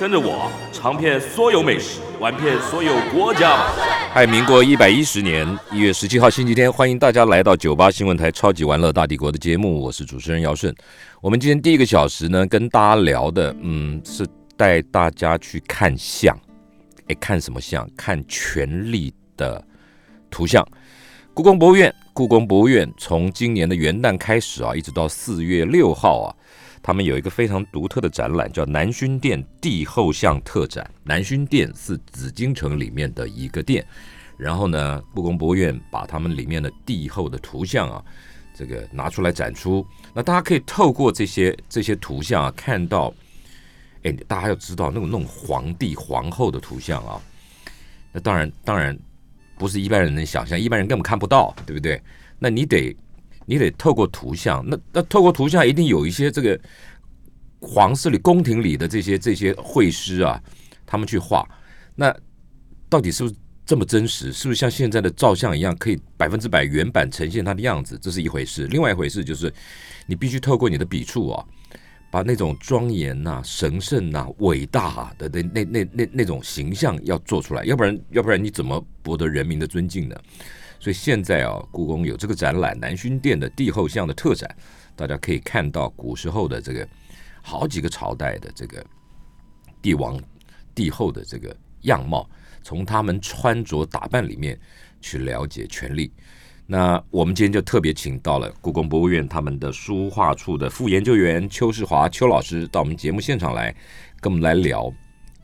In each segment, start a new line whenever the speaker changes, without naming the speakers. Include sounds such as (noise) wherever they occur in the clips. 跟着我尝遍所有美食，玩遍所有国家吧。
嗨，民国一百一十年一月十七号星期天，欢迎大家来到九八新闻台《超级玩乐大帝国》的节目，我是主持人姚顺。我们今天第一个小时呢，跟大家聊的，嗯，是带大家去看相，哎，看什么相？看权力的图像。故宫博物院，故宫博物院从今年的元旦开始啊，一直到四月六号啊，他们有一个非常独特的展览，叫南薰殿帝后像特展。南薰殿是紫禁城里面的一个殿，然后呢，故宫博物院把他们里面的帝后的图像啊，这个拿出来展出。那大家可以透过这些这些图像啊，看到，哎，大家要知道那种那种皇帝皇后的图像啊，那当然当然不是一般人能想象，一般人根本看不到，对不对？那你得你得透过图像，那那透过图像一定有一些这个皇室里、宫廷里的这些这些绘师啊，他们去画，那到底是不是这么真实？是不是像现在的照相一样，可以百分之百原版呈现它的样子？这是一回事。另外一回事就是，你必须透过你的笔触啊，把那种庄严呐、神圣呐、伟大啊的那那那那那种形象要做出来，要不然要不然你怎么博得人民的尊敬呢？所以现在啊，故宫有这个展览《南薰殿的帝后像》的特展，大家可以看到古时候的这个好几个朝代的这个帝王、帝后的这个样貌，从他们穿着打扮里面去了解权力。那我们今天就特别请到了故宫博物院他们的书画处的副研究员邱世华邱老师到我们节目现场来，跟我们来聊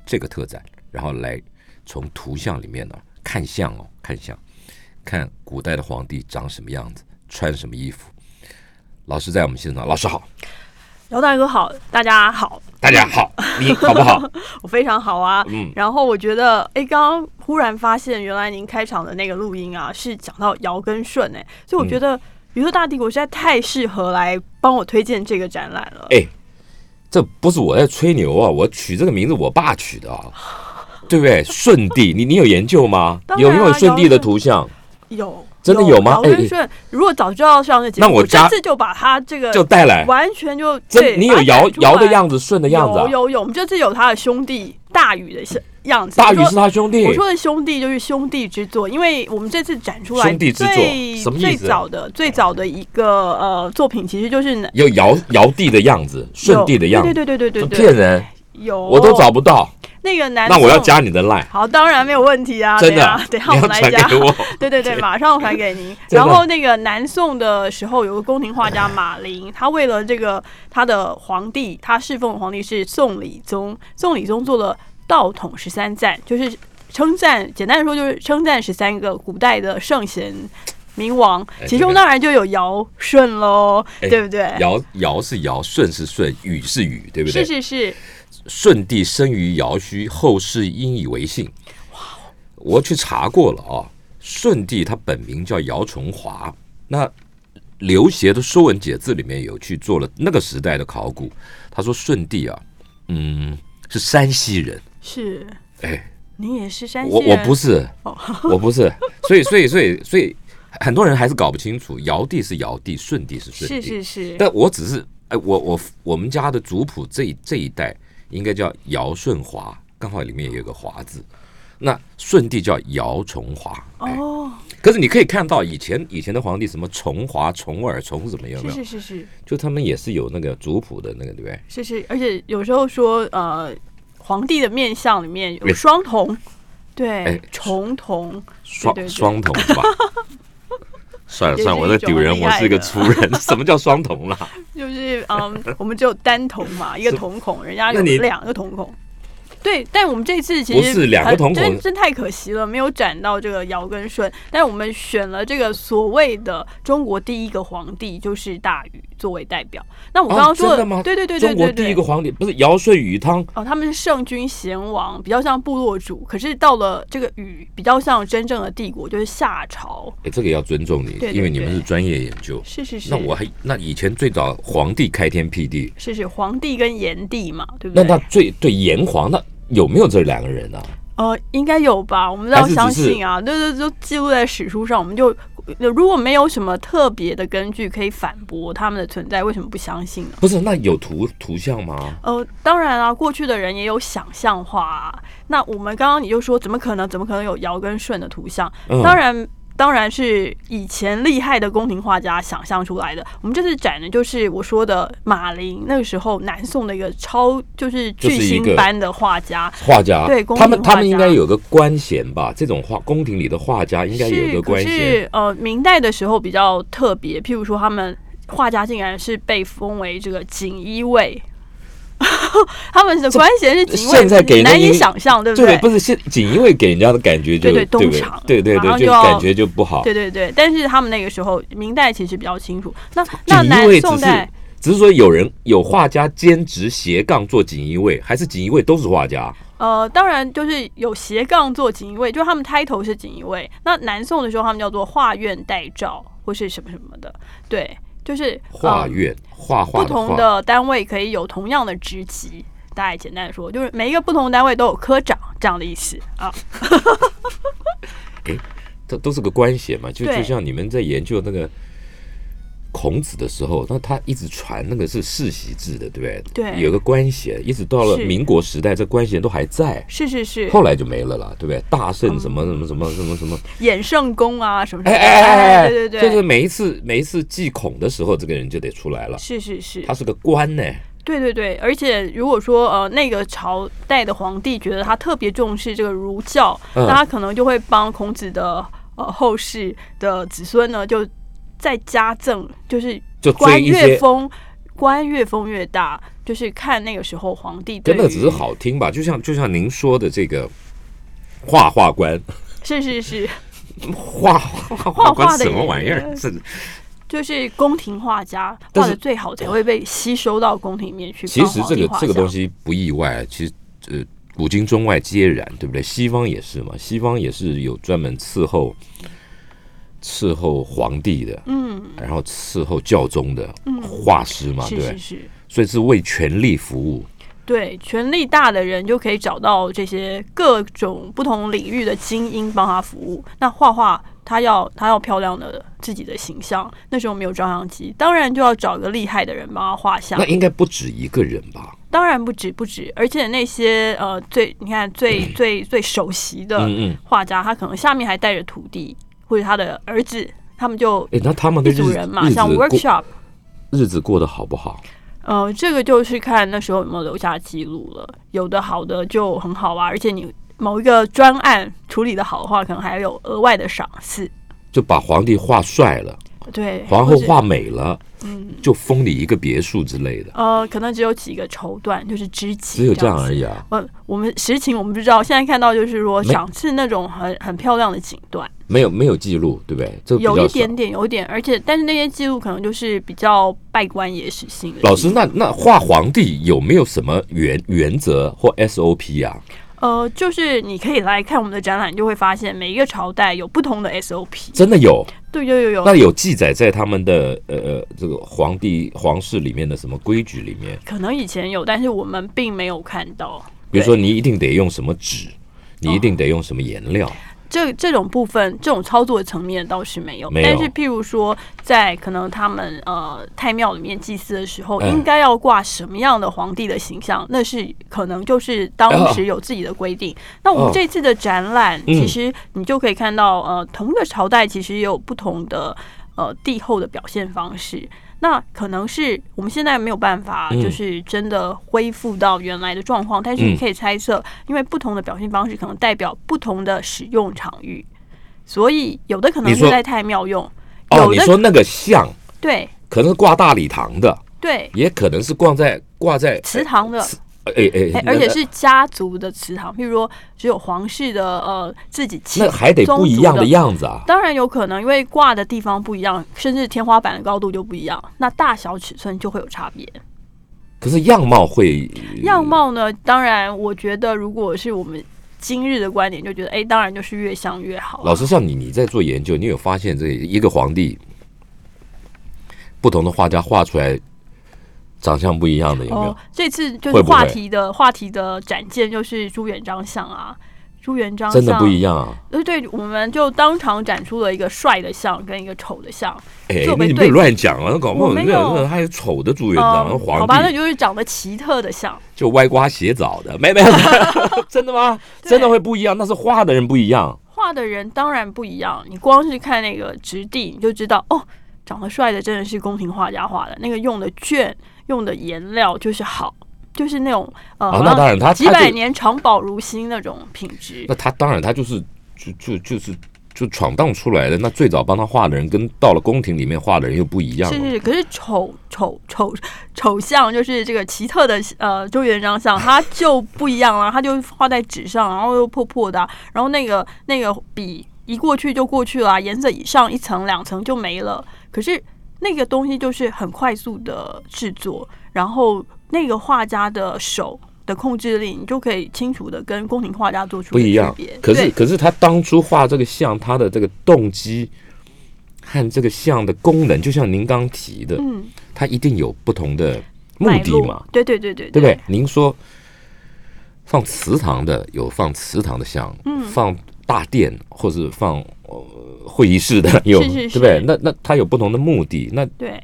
这个特展，然后来从图像里面呢、看相哦，看相。看古代的皇帝长什么样子，穿什么衣服。老师在我们现场，老师好，
姚大哥好，大家好，
大家好，你好不好？
我非常好啊。
嗯
然后我觉得，哎，刚刚忽然发现，原来您开场的那个录音啊，是讲到尧跟舜哎，所以我觉
嗯
得《娱乐大帝国》实在太适合来帮我推荐这个展览了。
哎，这不是我在吹牛啊，我取这个名字我爸取的啊，对不对？舜帝，你你有研究吗？
当然
有
啊
没有舜帝的图像？
有
真的有吗
尧
哎
跟舜，如果早知道上这节目，
那我
这
加
次就把他这个
就带来，
完全就对
真你有
把
尧
它展出来
尧的样子，舜的样子啊
有？有有，我们这次有他的兄弟大禹的样子，
大禹
我说
是他兄弟
我，说的兄弟就是兄弟之作，因为我们这次展出来
兄弟之作
最
什么意思啊
最早的最早的一个呃作品，其实就是有
有尧尧帝的样子，舜帝的样子，
对对对对对哦对，
这骗人，
有
我都找不到。
那个男，
那我要。加你的 line，
好，当然没有问题啊！
真
对
的
啊，等一下
你
我
要
们来
传
加 (laughs)
给。我。
对对对，马上传给您。
(laughs) 真的啊
然后那个南宋的时候，有个宫廷画家马麟，他为了这个他的皇帝，他侍奉的皇帝是宋理宗，宋理宗做了道统十三赞，就是称赞，简单的说就是称赞十三个古代的圣贤。明王
哎，
其
这个
中当然就有尧舜喽，
哎
对不对？
尧尧是尧，舜是舜，禹是禹，对不对
是？是是，
舜帝生于尧墟，后世因以为姓。我去查过了啊，舜帝他本名叫尧崇华，那刘勰的《说文解字》里面有去做了那个时代的考古，他说舜帝啊，嗯，是山西人，
是
哎，
您也是山西哦
我我不
是
是， (laughs) 我不是，所以所以所以所以很多人还是搞不清楚，尧帝是尧帝，舜帝是舜帝，
是是是，
但我只是，哎，我我我们家的族谱这一这一代应该叫尧舜华，刚好里面也有个华字。那舜帝叫尧崇华，哎，
哦，
可是你可以看到以前以前的皇帝什么崇华、崇尔、崇什么有没
是
有？
是是是。
就他们也是有那个族谱的那个对不对？
是是，而且有时候说，呃，皇帝的面相里面有
哎
双瞳，对，
哎
重瞳，
双
对对
双瞳是吧？算了
也是
算了，我在
一种
丢人，
厉
我
害
是个
的
粗人。 (laughs) 什么叫双瞳啦？
就是嗯，我们只有单瞳嘛，一个
是
瞳孔，人家
那
有
你
两个瞳孔，对，但我们这次其
不
实
是两个
很
瞳孔
真真太可惜了，没有斩到这个尧跟舜。但我们选了这个所谓的中国第一个皇帝，就是大禹作为代表。那我刚刚说
哦真的吗？
对对对对
中国
对
第一
对
个皇帝不是尧舜禹汤，
哦，他们是圣君贤王，比较像部落主。可是到了这个禹，比较像真正的帝国，就是夏朝。
哎，这个要尊重你
对，对
因为你们
对
是专业研究。
是是是，
那我还那以前最早皇帝开天辟地，
是是皇帝跟炎帝嘛，对不
那
对？
他最对炎黄那有没有这两个人呢、
呃，应该有吧，我们都要
还是只
相
是
信啊，对对，就记录在史书上，我们就呃如果没有什么特别的根据可以反驳他们的存在，为什么不相信呢？
不是，那有图图像吗？
呃，当然啊，过去的人也有想象化、啊。那我们刚刚你就说，怎么可能？怎么可能有尧跟舜的图像？
嗯
当然，当然是以前厉害的宫廷画家想象出来的。我们这次展的就是我说的马林，那个时候南宋的一个超就是
就是
巨
一
星
个
般的画家，
画家，
对宫廷
他们他
画
们
家
应该有个官衔吧？这种画宫廷里的画家应该有
是，
个
可
官衔。
是呃，明代的时候比较特别，譬如说他们画家竟然是被封为这个锦衣卫。 (laughs) 他们的官衔是锦衣卫，
现在给人
难以
印
想象，对
对，
对？
不是现锦衣卫给人家的感觉就
对对
不对
东厂？
对对
马上
对，就
就要
感觉就不好。
对对对，但是他们那个时候，明代其实比较清楚。那那
锦衣
南
卫只
宋
是
代，
只是说有人有画家兼职斜杠做锦衣卫，还是锦衣卫都是画家？
呃，当然就是有斜杠做锦衣卫，就是他们 title 是锦衣卫。那南宋的时候，他们叫做画院待诏或是什么什么的，对，就是
画
呃
院画画
不
的
同
画
的单位可以有同样的职级。大概简单地说，就是每一个不同的单位都有科长这样的意思啊。
这都是个官衔嘛，就
对
就像你们在研究那个孔子的时候，那他一直传那个是世袭制的，对不对？
对
有个官衔，一直到了
是
民国时代，这官衔都还在，
是是是，哦
后来就没了啦，对不对？大圣什么什么什么什么什么，
衍圣公啊什么什
哎
么，
哎哎哎，
对对
就是
对，
每一次每一次祭孔的时候，这个人就得出来了，
是是是
他，是个官呢，
对对对。而且如果说呃那个朝代的皇帝觉得他特别重视这个儒教，
嗯
那他可能就会帮孔子的呃后世的子孙呢，就再加赠，就是
就追
官
一
越
些。
封，官越封越大，就是看那个时候皇帝对
真的
于
只是好听吧，就像就像您说的这个画画官，
是是是，
画 (laughs) 画
画
画
画
官
的
什么玩意
人
儿？这
就是宫廷画家
但
画
是
的最好才会被吸收到宫廷里面去。
其实这个这个东
西，
西不意外，其实呃，古今中外皆然，对不对？西方也是嘛，西方也是有专门伺候伺候皇帝的，
嗯，
然后伺候教宗的画师嘛，
是
对不
是
对，
是，
所以是为权力服务。
对，权力大的人就可以找到这些各种不同领域的精英帮他服务。那画画，他要他要漂亮的自己的形象，那时候没有照相机，当然就要找个厉害的人帮他画像
那。应该不止一个人吧？
当然不止不止，而且那些呃最你看最最最首席的
嗯嗯
画家，他可能下面还带着徒弟或者他的儿子，他们就
哎，那他们的
一
日
组
子
人嘛，
日
像
子过
workshop，
日子过得好不好？
呃，这个就是看那时候有没有留下记录了。有的好的就很好啊，而且你某一个专案处理的好的话，可能还有额外的赏赐。
就把皇帝画帅了，
对，
皇后
或者
画美了，
嗯
就封你一个别墅之类的，
呃，可能只有几个绸缎，就是织锦，
只有这样而
已。
已啊。
我我们实情我们不知道，现在看到就是说
没
赏赐那种很很漂亮的锦缎，
没有没有记录，对不对？这个比
有
较
一
少。
点点，有一点，而且但是那些记录可能就是比较拜官野史性的。
老师，那那画皇帝有没有什么原原则或 SOP 呀、啊？
呃，就是你可以来看我们的展览，你就会发现每一个朝代有不同的 SOP。
真的有？
对，有有有。
那有记载在他们的呃呃这个皇帝皇室里面的什么规矩里面？
可能以前有，但是我们并没有看到。
比如说，你一定得用什么纸，你一定得用什么颜料，
这这种部分，这种操作层面倒是没有。
没有
但是，譬如说，在可能他们呃太庙里面祭祀的时候，
嗯
应该要挂什么样的皇帝的形象，那是可能就是当时有自己的规定。那我
哦
们这次的展览，
嗯
其实你就可以看到，呃，同一个朝代其实也有不同的呃帝后的表现方式。那可能是我们现在没有办法，
嗯
就是真的恢复到原来的状况，但是你
嗯
可以猜测，因为不同的表现方式可能代表不同的使用场域，所以有的可能
你
是
说
在太庙用，
哦，
有
你
的
说那个像
对
可能是挂大礼堂的，
对
也可能是挂在挂在
祠堂的
祠哎哎
哎，
那
而且是家族的祠堂，譬如说只有皇室的呃自己亲
那还得不一样的。
宗族
样子啊。
当然有可能，因为挂的地方不一样，甚至天花板的高度就不一样，那大小尺寸就会有差别。
可是样貌会呃
嗯样貌呢，当然，我觉得如果是我们今日的观点，就觉得哎，当然就是越像越好啊、
老师，像你，你在做研究，你有发现这一个皇帝，不同的画家画出来长相不一样的有没有？
哦，这次就
会不会
是话题的话题的展现就是朱元璋像啊，朱元璋
真的不一
样。
样啊！
呃，对，我们就当场展出了一个帅的像跟一个丑的像。
哎
作，为
你别
对
乱讲啊！搞不好
我没
那
有
那还有丑的朱元璋、
嗯好
皇
吧，那
帝
就是长得奇特的像。
就歪瓜斜枣的，没没有， (laughs) 真的吗？
对
真的会不一样？那是画的人不一样。
画的人当然不一样，你光是看那个质地，你就知道哦，长得帅的真的是宫廷画家画的，那个用的卷、用的颜料就是好，就是那种呃，
啊
好
那
像
当然他他
几百
就
年长保如新那种品质
那。他当然他就是就就就是就闯荡出来的。那最早帮他画的人跟到了宫廷里面画的人又不一样
是
了。
是，可是丑丑丑丑像就是这个奇特的呃周元璋像，它就不一样了，它就画在纸上，然后又破破的啊、然后那个那个笔一过去就过去了啊、颜色以上一层两层就没了。可是那个东西就是很快速的制作，然后那个画家的手。的控制力，你就可以清楚的跟宫廷画家做出
不
的
一
区
样
别。。
可是
对
可是他当初画这个像，他的这个动机和这个像的功能，就像您刚提的，
嗯，
他一定有不同的目
脉
的
络
嘛，，
对对对对
对不对？您说放祠堂的有放祠堂的像，
嗯
放大殿或是放呃会议室的有，
是是
对
是
不对？那那他有不同的目的，那
对，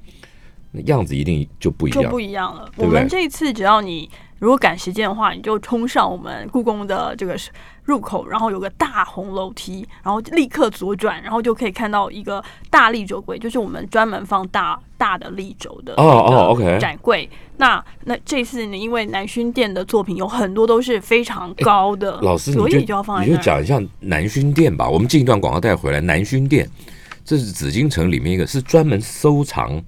那样子一定就不一
就
样
不。一样了。
对
我
不对
们这一次只要你如果赶时间的话，你就冲上我们故宫的这个入口，然后有个大红楼梯，然后立刻左转，然后就可以看到一个大立轴柜，就是我们专门放大大的立轴的
哦哦
一个
OK
展柜。那那这次呢，因为南薰殿的作品有很多都是非常高的，
哎老师，你
所以
就
就要放在
你就
那儿。
讲一下南薰殿吧。我们进一段广告带回来，南薰殿，这是紫禁城里面一个是专门收藏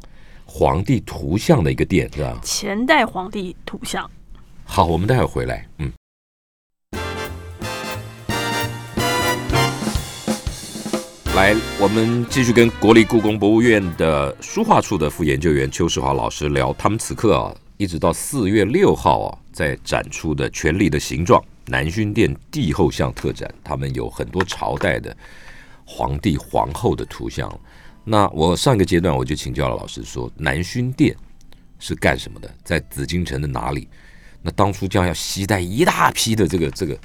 皇帝图像的一个殿，是吧？
前代皇帝图像，
好，我们待会儿回来，嗯。来，我们继续跟国立故宫博物院的书画处的副研究员邱世华老师聊，他们此刻啊，一直到四月六号啊，在展出的《权力的形状：南薰殿帝后像特展》，他们有很多朝代的皇帝、皇后的图像。那我上一个阶段我就请教了老师说，南薰殿是干什么的？在紫禁城的哪里？那当初这样要携带一大批的这个这个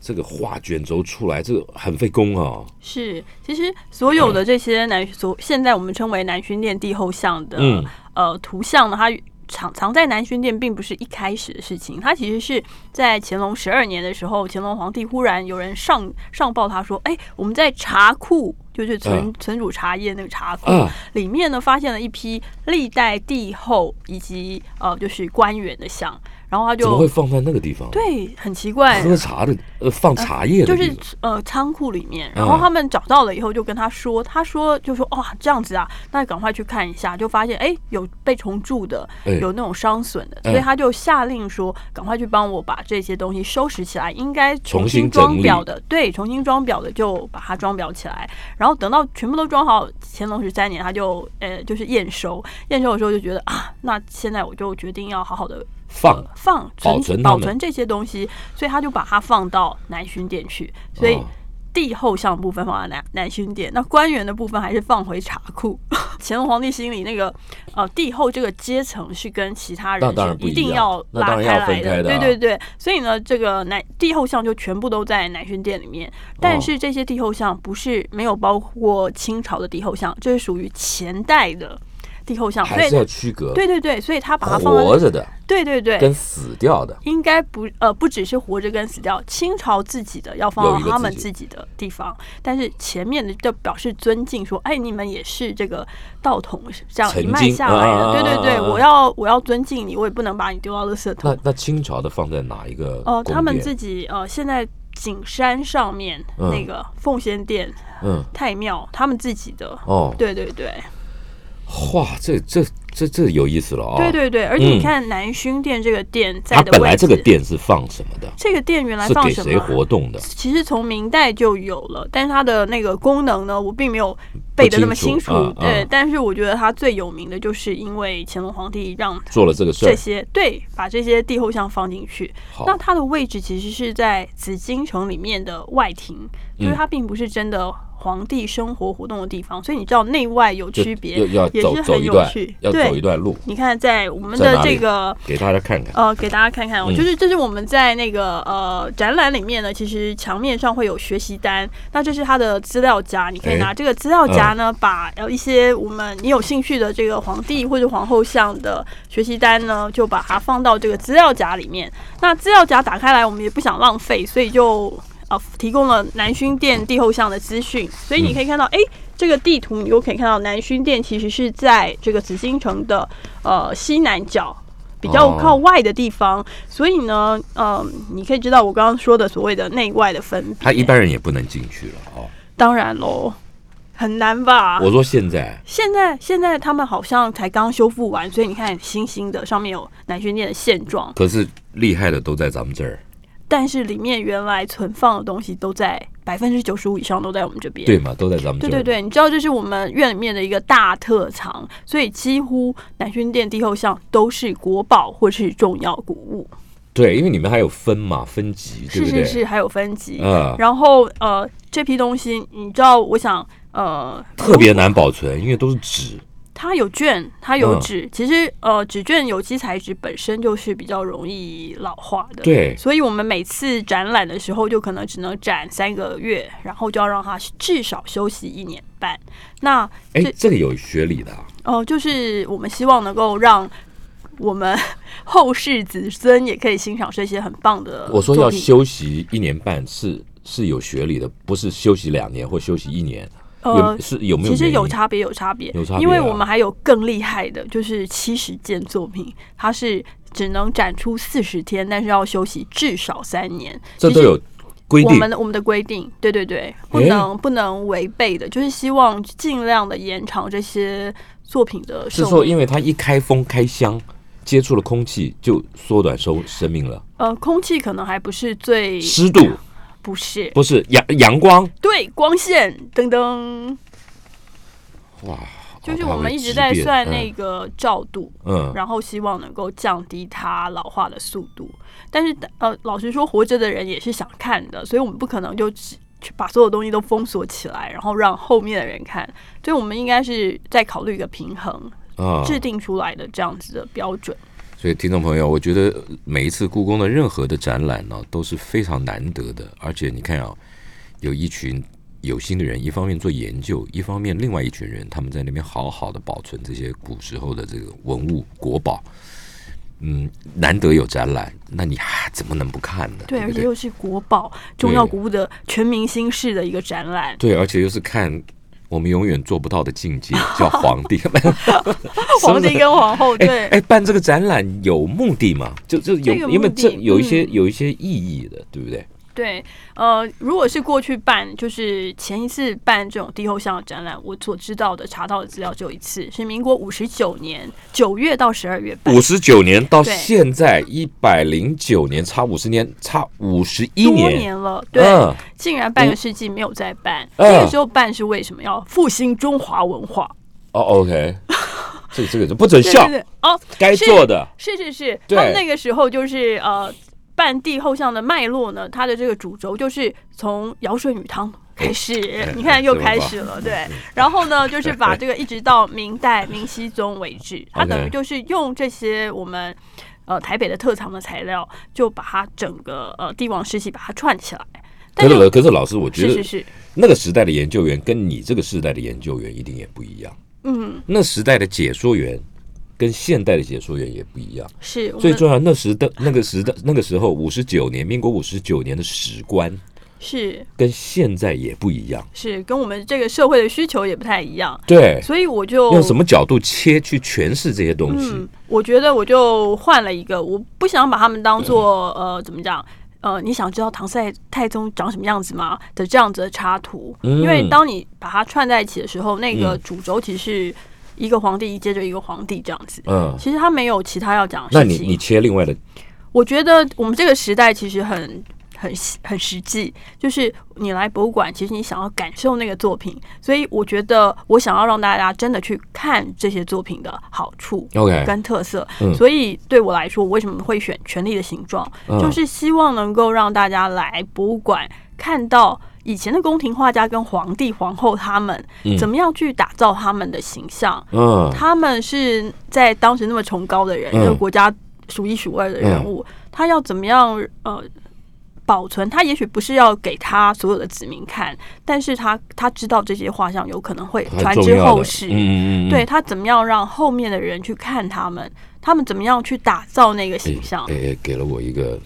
这个画卷轴出来，这个很费工啊。
是，其实所有的这些南所现在我们称为南薰殿帝后像的、
嗯
呃图像呢，它藏藏在南薰殿并不是一开始的事情，它其实是在乾隆十二年的时候，乾隆皇帝忽然有人上上报他说，哎，我们在茶库。就是存
嗯
存储茶叶那个茶库、
嗯
里面呢，发现了一批历代帝后以及呃，就是官员的像，然后他
怎么会
就
放在那个地方？，
对很奇怪，
喝茶的呃放茶叶的嗯
就
地
是
方，
呃仓库里面，然后他们找到了以后就跟他说，他说就说哇这样子啊，那赶快去看一下，就发现哎、有被虫蛀的
哎，
有那种伤损的，
哎
所以他就下令说赶快去帮我把这些东西收拾起来，应该
重
重
新
新
整
装
理
裱的，对，重新装裱的就把它装裱起来，然后等到全部都装好，乾隆十三年他就呃就是验收，验收的时候就觉得啊，那现在我就决定要好好的
放
放
保
存
存它
保
们
存这些东西，所以他就把它放到南薰殿去。所以
哦
帝后像部分放在南南薰殿，那官员的部分还是放回茶库。 (laughs) 乾隆皇帝心里那个呃帝后这个阶层是跟其他人
那当然
是
不一
一定
样
要
那当
拉
然
开
要
来
分开的啊
对对对。所以呢，这个南帝后像就全部都在南薰殿里面，但
哦
是这些帝后像不是没有包括清朝的帝后像，这是属于前代的帝后像，所
还
以
是要区隔
对对对，所以他把它放
活
在
着的
对对对
跟死掉的。
应该不呃不只是活着跟死掉，清朝自己的要放
有
到
一个
他们
自己
自己的地方，但是前面的就表示尊敬，说哎你们也是这个道统这样
曾
一脉
经
下来的，
啊
对对对，
啊啊
我要我要尊敬你，我也不能把你丢到垃圾
那
桶。
那清朝的放在哪一个宫
哦、
殿？
他们自己呃现在景山上面、
嗯
那个奉先殿、
嗯
太庙，他们自己的，
哦
对对对，
哇，这这这这有意思了啊、
对，对对，而且你
嗯
看南薰店这个店在
它
的位置，
本来这个店是放什么的？
这个店原来
是
放
给
什
谁
么啊？
活动的？
其实从明代就有了，但是它的那个功能呢，我并没有背得那么清
不
楚。
清楚啊
对，
啊
但是我觉得它最有名的就是因为乾隆皇帝让
做了这个事
这
儿，
些对把这些帝后像放进去。
好，
那它的位置其实是在紫禁城里面的外庭，就是它并不是真的皇帝生活活动的地方，所以你知道内外有
就
区别，
要要
也
走
是
走
很
一
有
段
趣，。
要走一
对，
段路，
你看在我们
在
的
哪里
这个。
给大家看看。
呃，给大家看看，我
嗯
就是这是我们在那个呃展览里面呢，其实墙面上会有学习单，那这是它的资料夹，你可以
哎
拿这个资料夹呢，把呃一些我们你有兴趣的这个皇帝或者皇后像的学习单呢，就把它放到这个资料夹里面。那资料夹打开来，我们也不想浪费，所以就呃提供了南薰殿帝后像的资讯，所
嗯
以你可以看到，哎、这个地图你又可以看到南薰殿其实是在这个紫禁城的呃西南角。比较
哦
靠外的地方，所以呢，呃，你可以知道我刚刚说的所谓的内外的分别。
他一般人也不能进去了哦。
当然喽，很难吧？
我说现在
现在现在他们好像才刚修复完，所以你看新兴的上面有南轩店的现状，
可是厉害的都在咱们这儿，
但是里面原来存放的东西都在百分之九十五以上都在我们这边。
对嘛？都在咱们这
对
儿。
对对，你知道这是我们院里面的一个大特藏，所以几乎南轩店帝后巷都是国宝或是重要古物，
对因为你们还有分嘛，分级，对
是
不对？
是是，还有分级。
啊、
然后呃，这批东西你知道，我想呃，
特别难保存，因为都是纸。
它有卷，它有
嗯
纸。其实呃，纸卷有机材质本身就是比较容易老化的，
对
所以我们每次展览的时候，就可能只能展三个月，然后就要让它至少休息一年半。那
哎
这，
这个有学理的、啊，
哦、呃就是我们希望能够让。我们 (laughs) 后世子孙也可以欣赏这些很棒的
我说要
作品
休息一年半是是有学理的，不是休息两年或休息一年，
呃
有是有没有？
其实有，差别，有差别，
有差别啊
因为我们还有更厉害的，就是七十件作品，它是只能展出四十天，但是要休息至少三年。
这都有规
我
定
们。的我们的规定，对对对，不能、不能违背的，就是希望尽量的延长这些作品的
是
寿
说，
命。
因为它一开封开箱，接触了空气就缩短生生命了，
呃，空气可能还不是最
湿度
不是
不是阳阳光，
对光线噔噔，
哇，
就是
好大
我
的
们一直
畸
在
变
算
嗯
那个照度。
嗯，
然后希望能够降低它老化的速度。但是呃，老实说，活着的人也是想看的，所以我们不可能就只去把所有东西都封锁起来，然后让后面的人看。所以我们应该是在考虑一个平衡，
啊，
制定出来的这样子的标准。
所以听众朋友，我觉得呃每一次故宫的任何的展览呢、都是非常难得的，而且你看啊，有一群有心的人，一方面做研究，一方面另外一群人他们在那边好好的保存这些古时候的这个文物国宝。嗯，难得有展览，那你还怎么能不看呢？
对，
不
而且又是国宝、重
对
要古物的全明星式的一个展览。
对，而且又是看我们永远做不到的境
(laughs)
界，叫皇帝。 (laughs)
皇帝跟皇后，
哎
对，
哎，办这个展览有目的吗？就就
这个
有，因为
目的
这有一些
嗯
有一些意义的，对不对？
对，呃，如果是过去办，就是前一次办这种帝后像的展览，我所知道的查到的资料只有一次，是民国五十九年九月到十二月办
五，十九年到
对
现在一百零九年，差五十年，差五十一
多
年。
年了，对，
嗯
竟然半个世纪没有再办。
嗯
那个时候办是为什么要复兴中华文化？
哦，OK，这
(laughs)
这个就不准
对
笑
对，对，哦，
该
是
做的
是是是，
对
他们那个时候就是呃，办帝后巷的脉络呢，它的这个主轴就是从尧舜禹汤开始
哎，
你看又
是吧
开始了，对。
嗯
然后呢，就是把这个一直到明代明熹宗为
(laughs)
止，它
OK
等于就是用这些我们。呃，台北的特藏的材料，就把它整个呃帝王时期把它串起来。但
可是
是
老可是老师，我觉
是是
得
是，
那个时代的研究员跟你这个时代的研究员一定也不一样。
嗯，
那时代的解说员跟现代的解说员也不一样。
是我
最
们
重要，那时的那个时的那个时候，五十九年，民国五十九年的史观
是
跟现在也不一样。
是跟我们这个社会的需求也不太一样，
对，
所以我就
用什么角度切去诠释这些东西？
嗯，我觉得我就换了一个，我不想把他们当做
嗯
呃怎么讲。呃，你想知道唐太太宗长什么样子吗？的这样子的插图，
嗯
因为当你把它串在一起的时候，那个主轴其实是一个皇帝接着一个皇帝这样子。
嗯，
其实他没有其他要讲的
那
事
你
情。
你切另外的，
我觉得我们这个时代其实很很很实际，就是你来博物馆，其实你想要感受那个作品，所以我觉得我想要让大家真的去看这些作品的好处
OK
跟特色。
嗯
所以对我来说，我为什么会选《权力的形状》
嗯
就是希望能够让大家来博物馆看到。以前的宫廷画家跟皇帝、皇后他们
嗯
怎么样去打造他们的形象？
嗯
他们是在当时那么崇高的人，
嗯
这个国家数一数二的人物，他要怎么样呃保存？他也许不是要给他所有的子民看，但是他他知道这些画像有可能会传
很重
之
要
后
的，
世，
嗯嗯嗯，嗯
对，他怎么样让后面的人去看他们，他们怎么样去打造那个形象？
哎哎，给了我一个，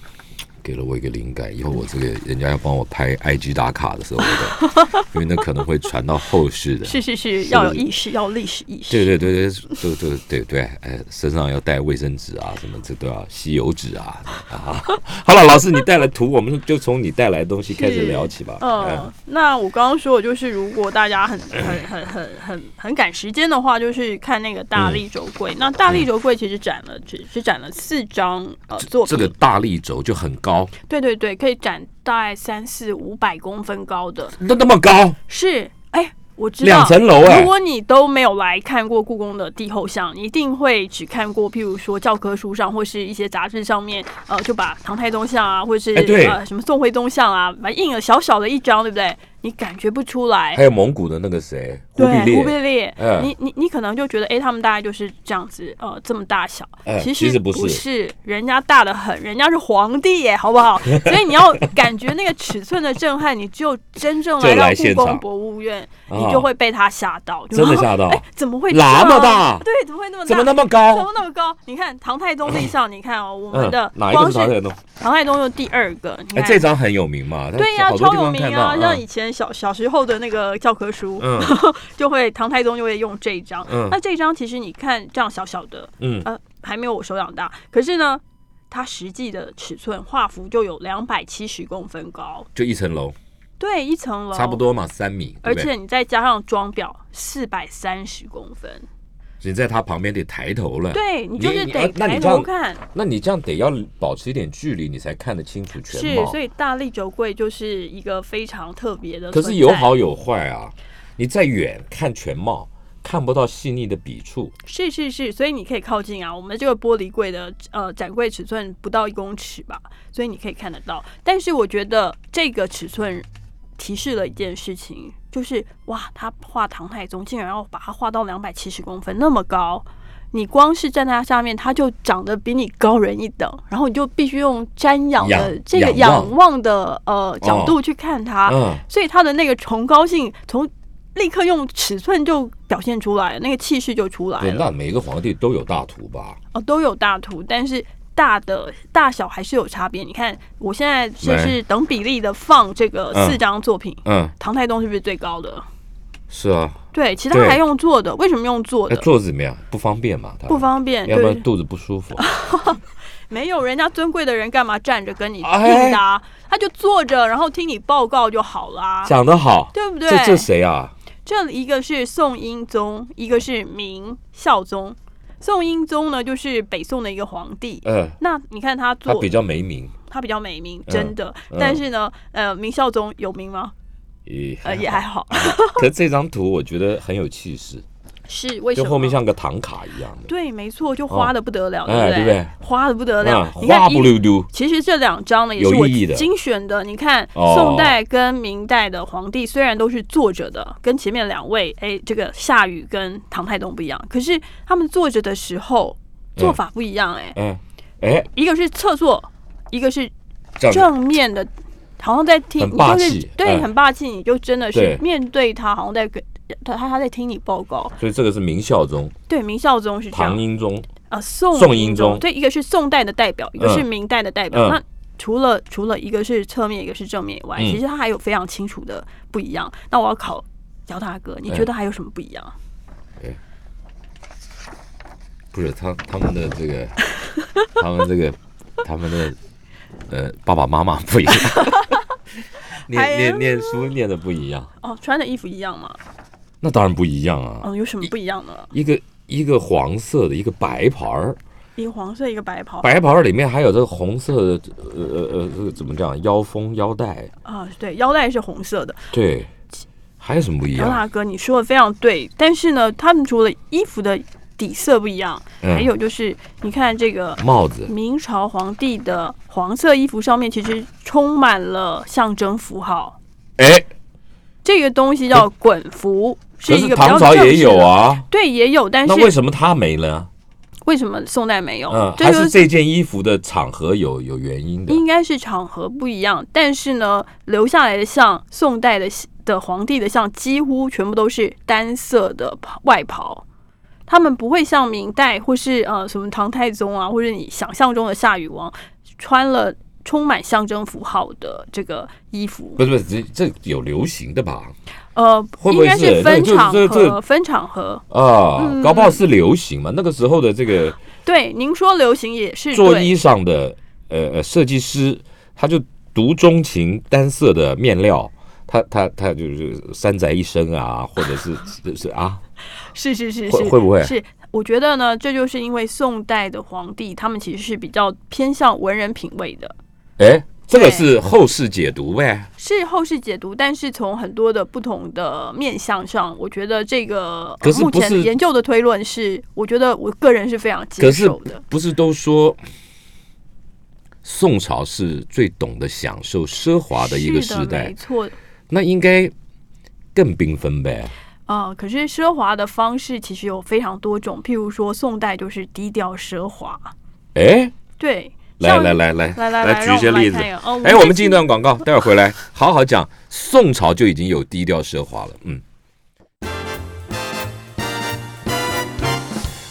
给了我一个灵感。以后我这个人家要帮我拍 IG 打卡的时候，我的因为那可能会传到后世的。
是是是，
是
要有意识，要有历史意识。
对对对对对对对对，哎，身上要带卫生纸啊，什么这都要吸油纸啊啊！好了，老师，你带了图，我们就从你带来的东西开始
是
聊起吧。
嗯，那我刚刚说的就是，如果大家很很很很很很赶时间的话，就是看那个大力轴柜。
嗯
那大力轴柜其实展了只只展了四张呃作
这
品，
个大力轴就很高，
对对对，可以展大概三四五百公分高的，
那那么高，
是哎。我知道
两层楼哎
如果你都没有来看过故宫的地后巷，你一定会只看过，譬如说教科书上或是一些杂志上面，呃，就把唐太宗像啊，或是、
哎对
呃什么宋徽宗像啊，把印了小小的一张，对不对？你感觉不出来
还。有蒙古的那个谁，忽
哎对，
必
忽
烈，
必烈，
嗯
你你你可能就觉得，哎、他们大概就是这样子，呃，这么大小，
哎
其
其
实
实不是
人家大的很，人家是皇帝耶，好不好？ (laughs) 所以你要感觉那个尺寸的震撼，你只有真正
就
来到
来现
故宫
场
博物院，
啊
你就会被他吓到，就
真的
说
吓到
哎、怎么会这
那么
样啊
大
对，怎么会那么大？
怎么那
么
么
怎
高
么？那么高？你看唐太宗立像，你看哦，我们
嗯
的，
哪一个
光
是唐
是
太宗？
唐太宗就第二个，你
哎，
看
这张很有名嘛，它
对
好
呀、
多
超
地
有
方
名
看
啊！
到
像
嗯
以前小小时候的那个教科书，
嗯
就会唐太宗就会用这一张。
嗯
那这张其实你看这样小小的，
嗯
呃，还没有我手掌大，可是呢，它实际的尺寸画幅就有两百七十公分高，
就一层楼，
对，一层楼
差不。多嘛，三米，对
哦而
不对
且你再加上装裱，四百三十公分，
嗯你在它旁边得抬头了。，
对你就是
你
得
呃那你
抬
这
头
样
看，
那你这样得要保持一点距离，你才看得清楚全
是，
貌
所。以大力轴柜就是一个非常特别的存在。
可是有好有坏啊，你在远看全貌，看不到细腻的笔触。
是是是，所以你可以靠近啊。我们这个玻璃柜的呃展柜尺寸不到一公尺吧，所以你可以看得到。但是我觉得这个尺寸提示了一件事情，就是哇，他画唐太宗竟然要把它画到两百七十公分那么高。你光是站在它下面，它就长得比你高人一等，然后你就必须用瞻仰的
仰
这个
仰哦
仰望的呃角度去看它，
嗯，
所以它的那个崇高性从立刻用尺寸就表现出来，那个气势就出来
对，
了。
那每个皇帝都有大图吧？
哦，都有大图，但是大的大小还是有差别。你看，我现在就
来
是等比例的放这个
嗯
四张作品，
嗯，
唐太宗是不是最高的？
是啊。
对，其他
对
还用坐的，为什么用坐
那
的？
坐着怎么样？不方便嘛？他
不方便，
要不然
对，啊
肚子不舒服。
没有人家尊贵的人干嘛站着跟你
哎
应答？他就坐着，然后听你报告就好啦，
(laughs) 讲得好，
对不对？
这这谁啊？
这一个是宋英宗，一个是明孝宗。宋英宗呢，就是北宋的一个皇帝。
嗯，
那你看他做
他比较没名，
他比较美名，
嗯
真的。
嗯
但是呢，呃，明孝宗有名吗？
也
呃，也还好。
(laughs) 可这张图我觉得很有气势，
(laughs) 是为什
就
么？
后面像个唐卡一样的。
对，没错，就花的不得了，
哦
对不
哎对不对
花的不得了
啊，，
你看
花不
一
溜丢。
其实这两张呢也
有
是我
意义的
精选的。你看，
哦
宋代跟明代的皇帝虽然都是坐着的，跟前面两位，哎，这个夏禹跟唐太宗不一样，可是他们坐着的时候做法不一样、哎、
哎哎，
一个是侧坐，一个是
这样
正面的，好像在听，
很
你
霸
就是
气
对，
哎
很霸气，你就真的是
对
面对他，好像在跟他他他在听你报告。
所以这个是明孝宗、
对，明孝宗是这样
唐，英宗，
呃，宋
宋
英
英宗
对，一个是宋代的代表，一个是
嗯
明代的代表。
嗯
那除了除了一个是侧面，一个是正面以外，
嗯
其实它还有非常清楚的不一样。那我要考姚大哥，你
哎
觉得还有什么不一样？
不是他他们的这
(laughs)
个，他们这个，他们的呃爸爸妈妈不
(laughs)
一样，念
哎呀
念念书念的不一样，
哦，穿的衣服一样吗？
那当然不一样啊，
嗯，有什么不一样的？
一个一个黄色的，一个白牌儿，
一个黄色，一个白袍
白袍里面还有这个红色的，呃呃呃，这个怎么讲？腰封、腰带，
啊，对，腰带是红色的。
对，还有什么不一
杨
样？
大哥，你说的非常对，但是呢，他们除了衣服的底色不一样，
嗯
还有就是你看这个
帽子，
明朝皇帝的黄色衣服上面其实充满了象征符号，
哎，
这个东西叫衮服，
可
一
是
个比较
唐朝
正
也
式
有
的。
啊，
对，也有，但是
那为什么他没了？
为什么宋代没有？
嗯，
这
还
就是
这件衣服的场合有有原因的。
应该是场合不一样，但是呢，留下来的像宋代的的皇帝的像，几乎全部都是单色的袍外袍。他们不会像明代或是呃什么唐太宗啊，或者你想象中的夏禹王，穿了充满象征符号的这个衣服。
不是不是，这这有流行的吧？
呃，
会不会
应该
是
分场
这这这
合，分场合。
啊，
嗯
搞不好是流行嘛。那个时候的这个
对，您说流行也是
做
对
衣裳的呃呃设计师，他就独钟情单色的面料，他他他就是三宅一生
(laughs)
啊，或者是是是啊，
是是是是
会会不会
是？我觉得呢，这就是因为宋代的皇帝他们其实是比较偏向文人品味的，
哎，这个
对
是后世解读呗。
是后世解读，但是从很多的不同的面向上，我觉得这个、
可
呃
是
目
不
前
是
研究的推论是，我觉得我个人是非常接
可是
受的。
不是都说宋朝是最懂得享受奢华的一个
是
时
没
代，
错。
那应该更缤纷呗。
啊、可是奢华的方式其实有非常多种，譬如说宋代就是低调奢华，
哎，
对，
来
像
来来来
来来
来，举一些
让我们
例子
看。一个哦，
哎，我们进
这
一段
次
广 (laughs) 告，待会儿回来好好讲。宋朝就已经有低调奢华了，嗯。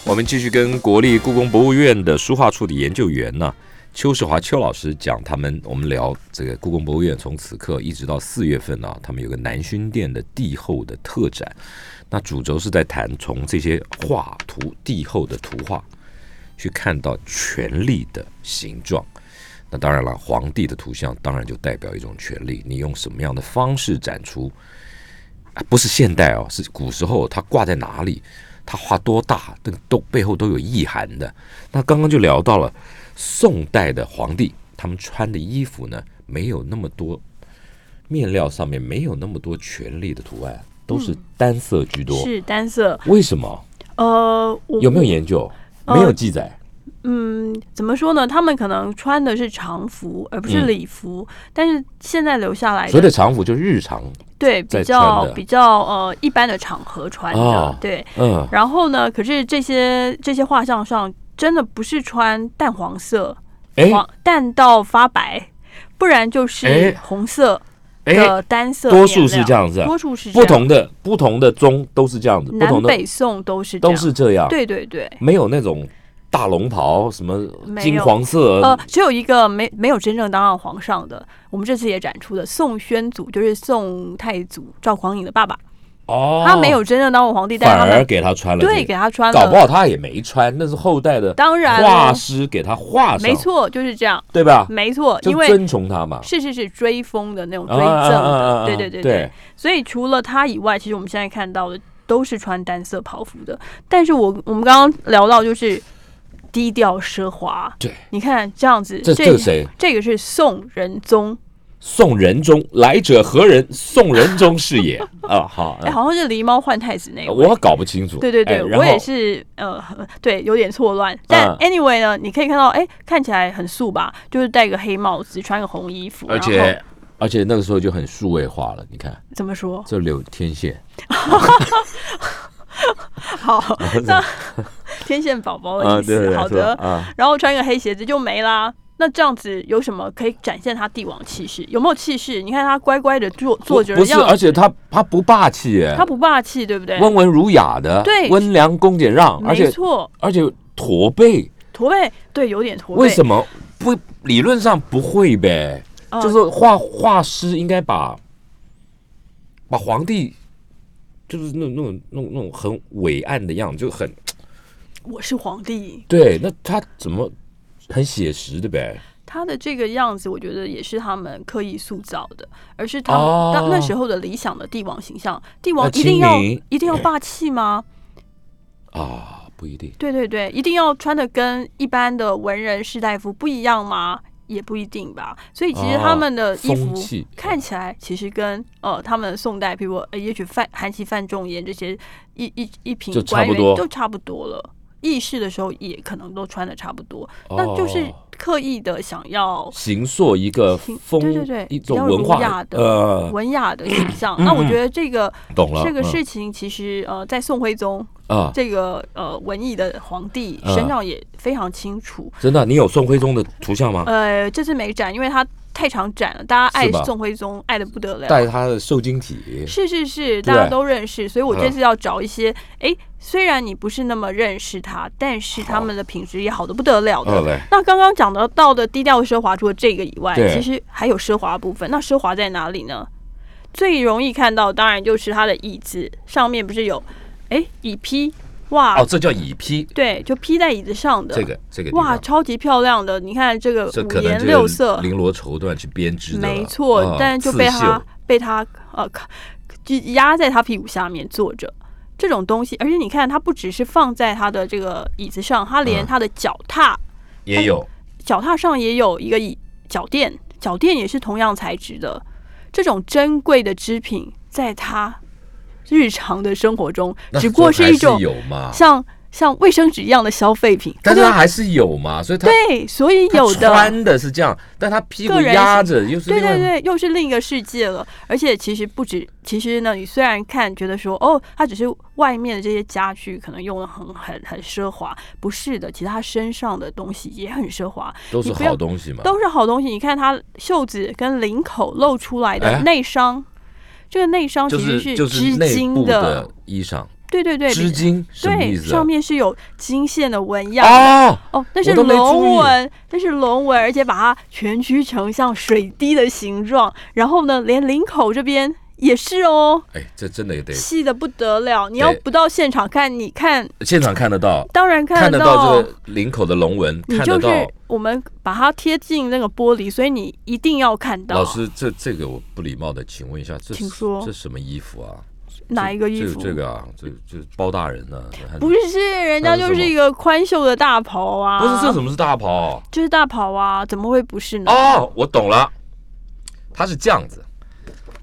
我们继续跟国立故宫博物院的书画处的研究员呢、邱世华邱老师讲他们，我们聊这个故宫博物院从此刻一直到四月份啊，他们有个南薰殿的帝后的特展，那主轴是在谈从这些画图帝后的图画去看到权力的形状。那当然了，皇帝的图像当然就代表一种权力，你用什么样的方式展出？啊，不是现代哦，是古时候它挂在哪里，它画多大，这个都背后都有意涵的。那刚刚就聊到了宋代的皇帝，他们穿的衣服呢，没有那么多面料上面没有那么多权力的图案，都是单色居多。
是单色，
为什么？
呃，我
有没有研究？
呃
没有记载。
嗯，怎么说呢？他们可能穿的是常服，而不是
嗯
礼服。但是现在留下来
所谓
的，
的常服就日常，
对
在
比较
穿的
比较呃一般的场合穿的，
哦
对。
嗯，
然后呢，可是这些这些画像上真的不是穿淡黄色，
哎
黄淡到发白，不然就
哎
是红色
哎，
的单色面料、
多数是这样子啊
多数是这
不
样
同的不同的宗都是这样子，不
南
同的
北宋都是这
都
样
是这样，
对对对。
没有那种大龙袍什么
没有
金黄色，
呃，只有一个没没有真正当上皇上的，我们这次也展出的宋宣祖，就是宋太祖赵匡胤的爸爸，
哦，
他没有真正当过皇帝，但是
反
他
而
们
给他穿了这个，
对给他穿
搞不
了，
好他也没穿，那是后代的
当然
画
了
师给他画上，
没，错，就是这样，
对吧？
没错，
就
因为
尊崇他嘛，
是是是追封的那种追
啊啊
赠
啊啊啊
的，对对
对
对对，所以除了他以外，其实我们现在看到的都是穿单色袍服的，但是我我们刚刚聊到就是低调奢华，
对，
你看这样子，
这这是谁？
这个是宋仁宗。
宋仁宗，来者何人？宋仁宗是
(laughs)
也啊，好，
哎、好像是狸猫换太子那一位。
我搞不清楚，
对对
哎
对，
然
我也
后
是，呃， (laughs) 对，有点错乱。但
嗯
anyway 呢，你可以看到，哎，看起来很素吧，就是戴个黑帽子，穿个红衣服，
而
然后
且而且那个时候就很数位化了，你看
怎
(laughs)
么说？
这柳天线，
好，那 (laughs) 天线宝宝的
啊，
哦意
对对
思，
对，
好
是吧
的。
啊，
然后穿个黑鞋子就没啦。那这样子有什么可以展现他帝王气势？有没有气势？你看他乖乖的坐坐着
不
的
不是，
样子，
而且他他不霸气耶，
他不霸气，对不对？
温文儒雅的，
对
温良恭俭让，而
没
且
错，
而且驼背，
驼背，对，有点驼背。
为什么不理论上不会呗？
呃
就是说画画师应该把把皇帝就是那种那种那种那种很伟岸的样子，就很
我是皇帝，
对，那他怎么很写实的呗？
他的这个样子，我觉得也是他们刻意塑造的，而是他们
哦呃
当那时候的理想的帝王形象。帝王
要
一定要
亲民
一定要霸气吗？
啊，不一定。
对对对，一定要穿的跟一般的文人士大夫不一样吗？也不一定吧。所以其实
哦
他们的衣
风
服
气
看起来，其实跟呃他们宋代，比如呃也许范韩琦、范仲淹这些一一一品
就差
官
不
员
多
都差不多了。议事的时候也可能都穿的差不多，
哦
那就是刻意的想要
形塑一个
形
风，
对对对
一
比
种
较
文
儒
化
雅的
呃，嗯
文雅的形象。那我觉得这个
懂了
这个
嗯
事情其实呃在宋徽宗
啊，
这个呃文艺的皇帝
嗯
身上也非常清楚。
真的，你有宋徽宗的图像吗？
呃，这次没展，因为他太常展了，大家爱
是吧
宋徽宗爱的不得了。
带他的瘦金体，
是是是，
对
大家都认识，所以我
嗯
这次要找一些，哎、虽然你不是那么认识他，但是他们的品质也好的不得了
好
的。
嘞，
那刚刚讲到到的低调奢华，除了这个以外，
对
其实还有奢华的部分。那奢华在哪里呢？最容易看到，当然就是他的椅子上面不是有，哎、椅披哇，
哦，这叫乙披，
对，就披在椅子上的
这个这个地
哇，
方，
超级漂亮的。你看这个
这
五
可能
颜
就
六
是
色，
绫罗绸缎去编织的了，
没错，
啊
但就被
刺
他
绣
被他呃卡就压在他屁股下面坐着。这种东西，而且你看，它不只是放在他的这个椅子上，它连
嗯
他的脚踏、
也有
脚踏上也有一个椅脚垫，脚垫也是同样材质的。这种珍贵的织品，在他日常的生活中，
那
只不过
这
一
还
种
有嘛，
像像卫生纸一样的消费品。
但是
它
他
就
还是有嘛，所以他
对，所以
他
有的
穿的是这样，但他屁股
个人
压着又是
对
另
对
外
对，又是另一个世界了。而且其实不止，其实呢，你虽然看觉得说，哦，它只是外面的这些家具可能用的很很很奢华，不是的，其实他身上的东西也很奢华，
都是
你不要
好东西嘛，
都是好东西。你看他袖子跟领口露出来
哎
的内伤，这个内伤
就
其实
是就
织
是内
金
部的衣裳，
对对对，
织金什么
对，
意思啊？
上面是有金线的纹样的。
哦，
哦，那
我
是
都没注
龙
意
纹，那是龙纹，而且把它蜷曲成像水滴的形状。然后呢，连领口这边也是哦，
哎，这真的也得
细的不得了。你要
对
不到现场看，你看
现场看得到，
当然
看
看
得到这个领口的龙纹，
你
看
就
得到
是。我们把它贴近那个玻璃，所以你一定要看到。
老师，这这个我不礼貌的，请问一下，这
请说
这什么衣服啊？
哪一个衣服？
这这个啊，这这包大人呢？还
不是，人
那
家
是
就是
什么
一个宽袖的大袍啊。
不是，这怎么是大袍？
就是大袍啊，怎么会不是呢？
哦，我懂了，它是这样子，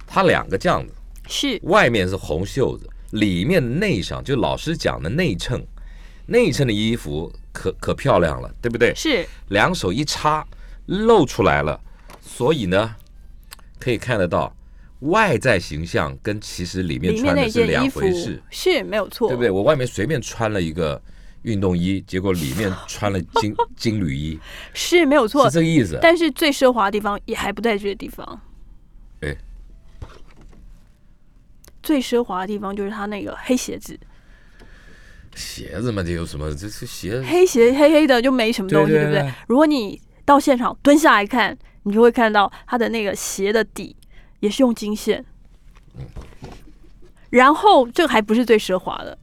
它两个这样子，
是
外面是红袖子，里面内裳，就老师讲的内衬，内衬的衣服可可漂亮了，对不对？
是，
两手一插，露出来了，所以呢，可以看得到外在形象跟其实里面
里面
穿
那
的是
件
两
衣服
回事，
是没有错，
对不对？我外面随便穿了一个运动衣，结果里面穿了
(laughs)
金金缕衣，
是没有错
是，这个意思。
但是最奢华的地方也还不在这个地方。
哎
最奢华的地方就是他那个黑鞋子，
鞋子嘛，这有什么？这是鞋
黑鞋黑黑的就没什么东西，
对对
对不
对
对？如果你到现场蹲下来看，你就会看到他的那个鞋的底也是用金线。然后这还不是最奢华的，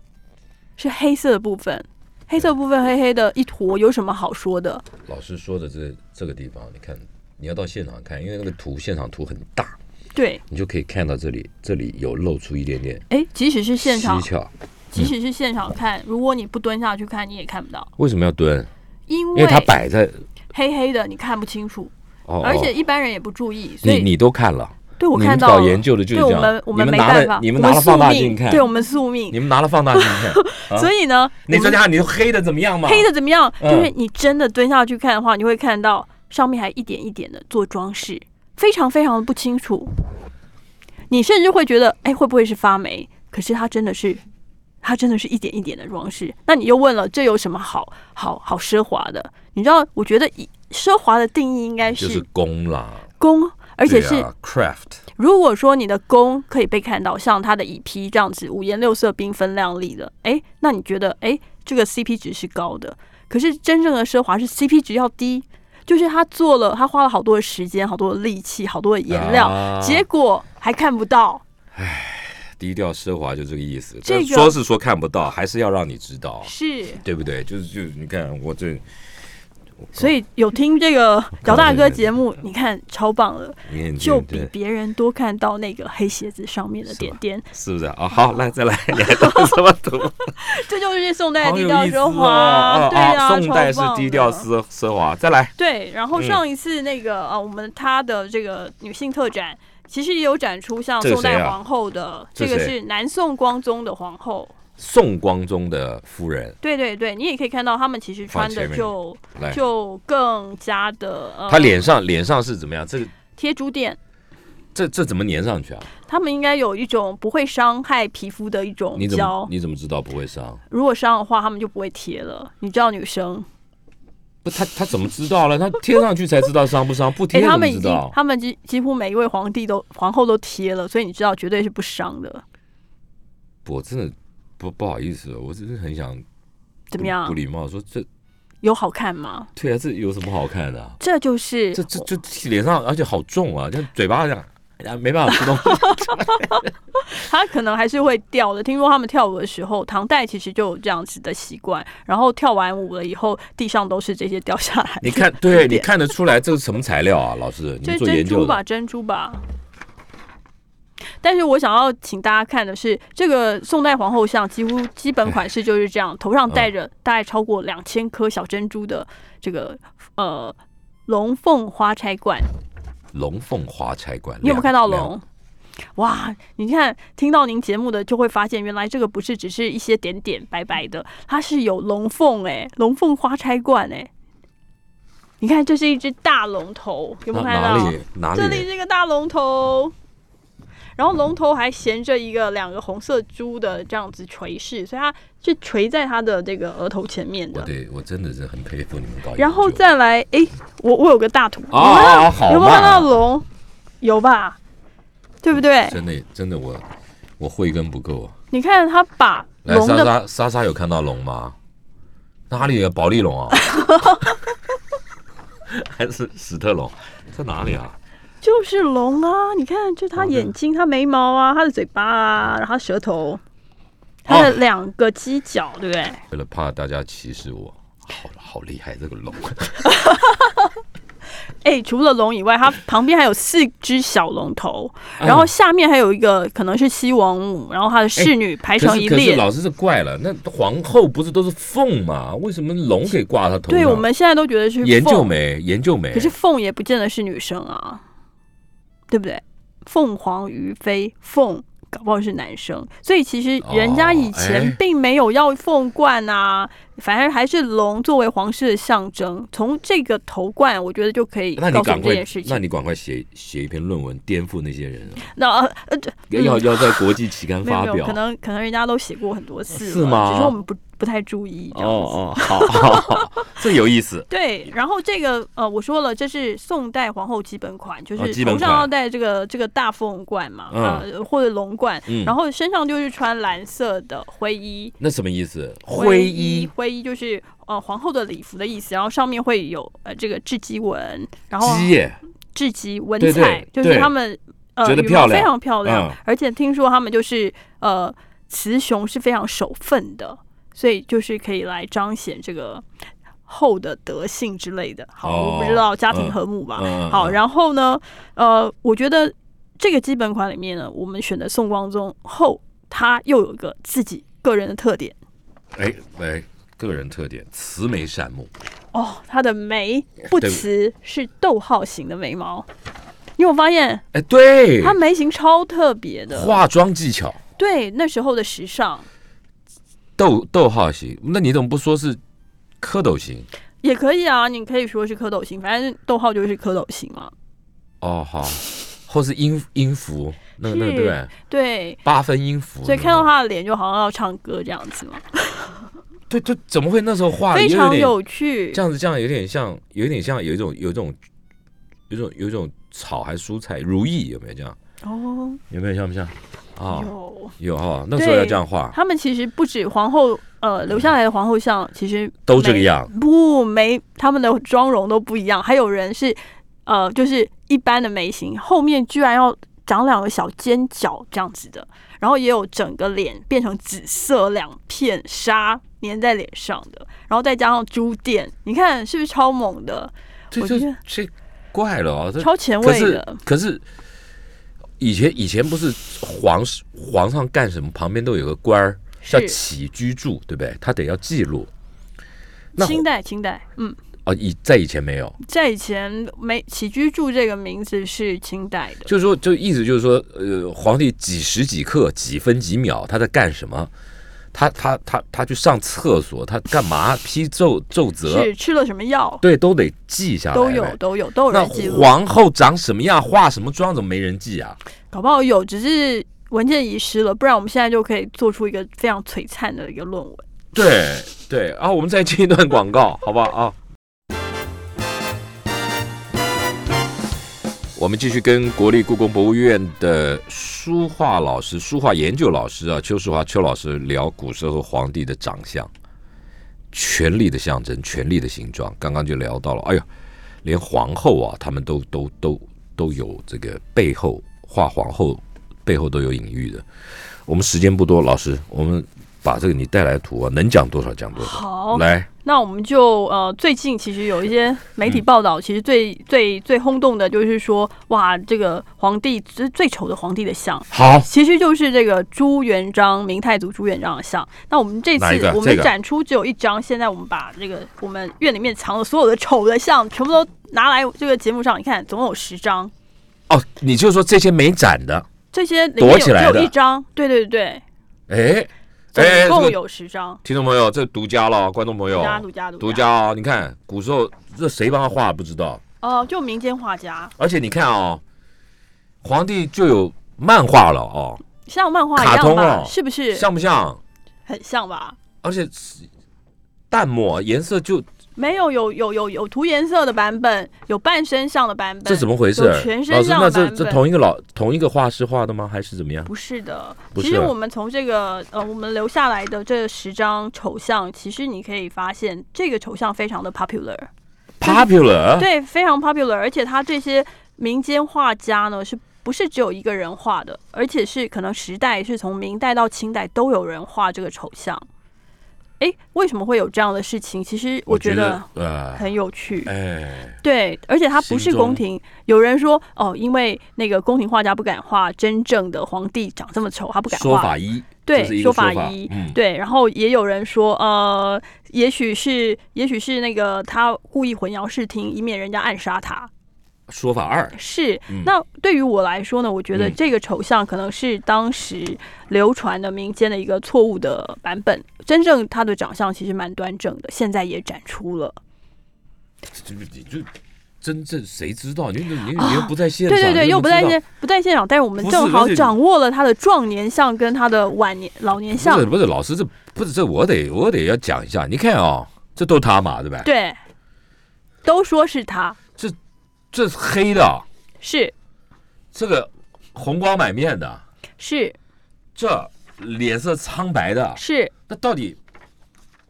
是黑色的部分，黑色部分黑黑的一坨，有什么好说的？
老师说的这这个地方，你看你要到现场看，因为那个图现场图很大，
对，
你就可以看到这里，这里有露出一点点
哎，即使是现场
蹊，跷。
即使是现场看，如果你不蹲下去看，你也看不到。
为什么要蹲？
因
因
为
为它摆在
黑黑的，你看不清楚，
哦，
而且
哦
一般人也不注意，所
你
以
你都看了。
对我
你们
看到
搞
了
研究的就是
对
这
我
样
们我
你们
没
拿
办
了
法，
你们
我
拿了
宿
放大
命
镜看
对我们宿 (laughs) 命。
你们拿了放大镜
(laughs)
看，啊
所以呢，
那
我们
专家你黑的怎么样嘛？
黑的怎么样？
嗯
就是你真的蹲下去看的话，你会看到上面还一点一点的做装饰，非常非常的不清楚。你甚至会觉得，哎，会不会是发霉？可是它真的是，它真的是一点一点的装饰。那你又问了，这有什么好好好奢华的？你知道，我觉得以奢华的定义应该
就是
是
工啦，
工，而且是
对啊 craft
如果说你的弓可以被看到，像它的乙批这样子五颜六色、缤纷亮丽的，诶，那你觉得诶，这个 CP 值是高的？可是真正的奢华是 CP 值要低，就是他做了，他花了好多的时间、好多的力气、好多的颜料，
啊
结果还看不到。
低调奢华就这个意思。
这个
但说是说看不到，还是要让你知道，
是
对不对？就是就是你看我这
所以有听这个姚大哥节目，你看超棒了，
你很
就
对
比
对
别人多看到那个黑鞋子上面的
是吧
点点。
是不是啊？好，来再来， (laughs) 你还懂什么
(laughs)
读？
这就是宋代
好
哎低
有
调
意思
奢
哦！
华，
啊
对啊，
宋代是
超棒
低调
的
奢奢华。再来，
对，然后
嗯
上一次那个、啊，我们他的这个女性特展，其实也有展出像
这个
宋
谁
代
啊
皇后的，
这
这
是
个
谁
是南宋光宗的皇后。
宋光宗的夫人
对对对，你也可以看到他们其实
放
穿的
前面
就
来，
就更加的呃，
她脸上脸上是怎么样？这个
贴珠垫，
这这怎么粘上去啊？
他们应该有一种不会伤害皮肤的一种
你怎么
胶，
你怎么知道不会伤？
如果伤的话，他们就不会贴了。你知道女生，
不，她她怎么知道了？她贴上去才知道伤不伤，不贴
哎，他
怎么
们已
知
经
道？
他们几几乎每一位皇帝都皇后都贴了，所以你知道绝对是不伤的。
我真的不不好意思，我真的很想
怎么样
不？礼貌说这
有好看吗？
对啊，这有什么好看的啊？
这就是
这这这脸上，而且好重啊，就嘴巴这样，啊没办法吃东西。
他可能还是会掉的。听说他们跳舞的时候，唐代其实就有这样子的习惯，然后跳完舞了以后，地上都是这些掉下来的。
你看，对，你看得出来这是什么材料啊？老师，你
这
们
是
做
珍
研究
珠
的
吧，珍珠吧。但是我想要请大家看的是，这个宋代皇后像几乎基本款式就是这样，头上戴
嗯
着大概超过两千颗小珍珠的这个呃龙凤花钗冠。
龙凤花钗馆，
你有没有看到
两
龙？哇！你看，听到您节目的就会发现，原来这个不是只是一些点点白白的，它是有龙凤哎、龙凤花钗冠哎、你看，这是一只大龙头，有没
哪
有看到？
啊哪里哪
这里
里
是个大龙头，然后龙头还衔着一个两个红色珠的这样子垂饰，所以它是垂在它的这个额头前面
我
的。
对我真的是很佩服你们搞研究。
然后再来，哎，我我有个大图，
啊啊啊好
有没有看
慢啊！
到龙？有吧？对不对？
真的真的我我慧根不够啊。
你看他把
来，
龙
莎
的
莎莎莎有看到龙吗？哪里有保利龙
(laughs)
啊？还是史特龙？在哪里啊？
就是龙啊！你看，就他眼睛、他眉毛啊、他的嘴巴啊，然后他舌头，
哦
他的两个犄角，对不对？
为了怕大家歧视我，好好厉害这个龙。
哎，除了龙以外，它旁边还有四只小龙头， (laughs)
哎
然后下面还有一个可能是西王母，然后她的侍女排
哎可
成
是
一
可是
列。
老师是怪了，那皇后不是都是凤吗？为什么龙可以挂她头上？
对，我们现在都觉得是
啊研究
凤，
没研究没。
可是凤也不见得是女生啊，对不对？凤凰于飞，凤搞不好是男生，所以其实人家以
哦哎
前并没有要凤冠啊，反而还是龙作为皇室的象征。从这个头冠，我觉得就可以
那你
告诉我
赶
们这
快
件事，情
那。你赶快写写一篇论文，颠覆那些人啊，
那呃呃，这嗯
要要在国际期刊
没有
发
没有，
表
可。能可能人家都写过很多次了，
是吗
只是我们不不太注意这样子。
哦哦，好好好，这有意思。
对，然后这个呃，我说了，这是宋代皇后基本款，就
哦
是
基本
头
款
上要戴这个这个大凤冠嘛，
嗯
呃或者龙冠，
嗯
然后身上就是穿蓝色的灰衣，
那什么意思？
衣，灰衣就是呃皇后的礼服的意思，然后上面会有呃这个雉鸡纹，然后
鸡耶，
雉鸡文
对对
采，就是
对
他们呃
觉得
羽
漂
毛
亮
非常漂亮
嗯，
而且听说他们就是呃雌雄是非常守分的，所以就是可以来彰显这个。后的德性之类的，好，我不知
哦
道家庭
嗯
和睦吧。
嗯嗯
好，
嗯
然后呢，呃，我觉得这个基本款里面呢，我们选的宋光宗后，他又有一个自己个人的特点
哎哎，个人特点，慈眉善目。
哦，他的眉不
对
慈，是逗号型的眉毛。你有发现
哎，对
他，眉形超特别的，
化妆技巧，
对那时候的时尚
逗逗号型。那你怎么不说是蝌蚪型？
也可以啊，你可以说是蝌蚪型，反正逗号就是蝌蚪型嘛。
哦，好，或是音音符，那那
是
对不对？
对，
八分音符。
所以看到
他，
他的脸就好像要唱歌这样子嘛，
对对，怎么会那时候画得
非
啊也
常
点
有趣
这。样子，这样有点像，有点像有一种有一种有一种有一种草还是蔬菜，如意有没有这样？
哦，
有没有像不像？啊、
有
有哈，那时候要这样画，
他们其实不止皇后，呃，留下来的皇后像其实
嗯都这个样。
眉，不眉他们的妆容都不一样，还有人是呃，就是一般的眉形，后面居然要长两个小尖角这样子的，然后也有整个脸变成紫色两片纱粘在脸上的，然后再加上珠垫，你看是不是超猛的？
这
我
就
觉得
奇怪了啊！这
超前
可
卫
是
的，
可是以前以前不是皇皇上干什么，旁边都有个官儿叫
是
起居注，对不对？他得要记录。那
清代清代，嗯，
啊，以在以前没有，
在以前没起居注这个名字是清代的，
就是说，就意思就是说，呃，皇帝几时几刻几分几秒他在干什么？他他他他去上厕所，他干嘛？批奏奏折，
是吃了什么药
对，都得记下来。
都有都有都有
那
人记录，
皇后长什么样，化什么妆，怎么没人记啊？
搞不好有，只是文件遗失了，不然我们现在就可以做出一个非常璀璨的一个论文。
对对啊，我们再接一段广告，好不好啊？我们继续跟国立故宫博物院的书画老师、书画研究老师啊，邱淑华邱老师聊古时候皇帝的长相、权力的象征、权力的形状。刚刚就聊到了，哎呦，连皇后啊，他们都都都都有这个背后画皇后背后都有隐喻的。我们时间不多，老师，我们把这个你带来的图啊，能讲多少讲多少。
好，
来，
那我们就呃，最近其实有一些媒
嗯
体报道，其实最最最轰动的就是说，哇，这个皇帝最最丑的皇帝的像，
好，
其实就是这个朱元璋，明太祖朱元璋的像。那我们这次
哪一个
我
这
们
个
展出只有一张，现在我们把这个我们院里面藏的所有的丑的像，全部都拿来这个节目上，你看总共有十张，
哦，你就说这些没展的，
这些里面
躲
有
起
只
来
有
的
一张，对对对，
哎
总
哎，这
共
个
有十张，
听众朋友，这独家了，观众朋
独
友，
家独家
独家啊！你看古时候这谁帮他画不知道，
哦、就民间画家，
而且你看哦，皇帝就有漫画了哦，
像漫画一
卡
样
通
吧，
哦
是不是
像不像？
很像吧？
而且是淡墨颜色就
没有，有有有有涂颜色的版本，有半身像的版本。
这怎么回事
有？全身
老师，
像
那
的
这
版
这
本
同一个老同一个画师画的吗？还是怎么样？
不是的，
不
其
是
实
啊
我们从这个呃，我们留下来的这十张丑像，其实你可以发现这个丑像非常的 popular，、
(laughs) popular，
对，非常 popular，而且它这些民间画家呢是。不是只有一个人画的，而且是可能时代是从明代到清代都有人画这个丑像。诶，为什么会有这样的事情？其实我觉得
呃，
很有趣。
哎，
对，而且它不是
心中
宫廷。有人说哦，因为那个宫廷画家不敢画真正的皇帝长这么丑，他不敢画。
说法一，这是
对，
一个
法
说法
一。
嗯
对，然后也有人说，呃，也许是，也许是那个他故意混淆视听，以免人家暗杀他。
说法二，
是
嗯，
那对于我来说呢，我觉得
嗯
这个丑像可能是当时流传的民间的一个错误的版本。真正他的长相其实蛮端正的，现在也展出了。
这不你就真正谁知道？你你你
啊
你又不在现场，
对对对，
你
又
怎么
不在
知道
现不在现场，但是我们
不是
正好
而且
掌握了他的壮年相跟他的晚年老年
不是
相。
不是，老师这不是这我得我得要讲一下。你看啊、这都他嘛，对吧？
对，都说是他，
这是黑的，
是
这个红光满面的，
是
这脸色苍白的，
是，
那到底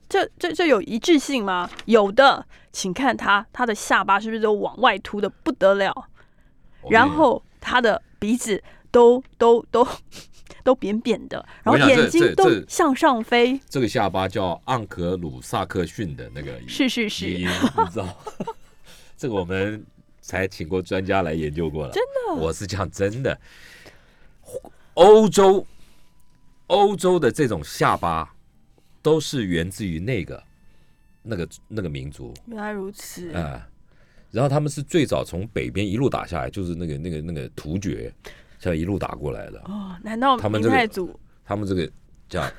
这这这有一致性吗？有的，请看他，他的下巴是不是都往外凸的不得了？
嗯
然
哦
后他的鼻子都都都 (laughs) 都扁扁的，然
我
后
跟你讲这
眼睛
这
都
这
向上飞，
这个下巴叫盎格鲁撒克逊的那个
是是
基因， (laughs)
是，
你知道？这个我们才请过专家来研究过了。真的，我是讲真的。欧洲，欧洲的这种下巴，都是源自于那个、那个、那个民族
原来如此
啊、，呃然后他们是最早从北边一路打下来，就是那个、那个、那个突厥，这样一路打过来的。
哦，难道
他们这
明
个
太祖
他们这个这样，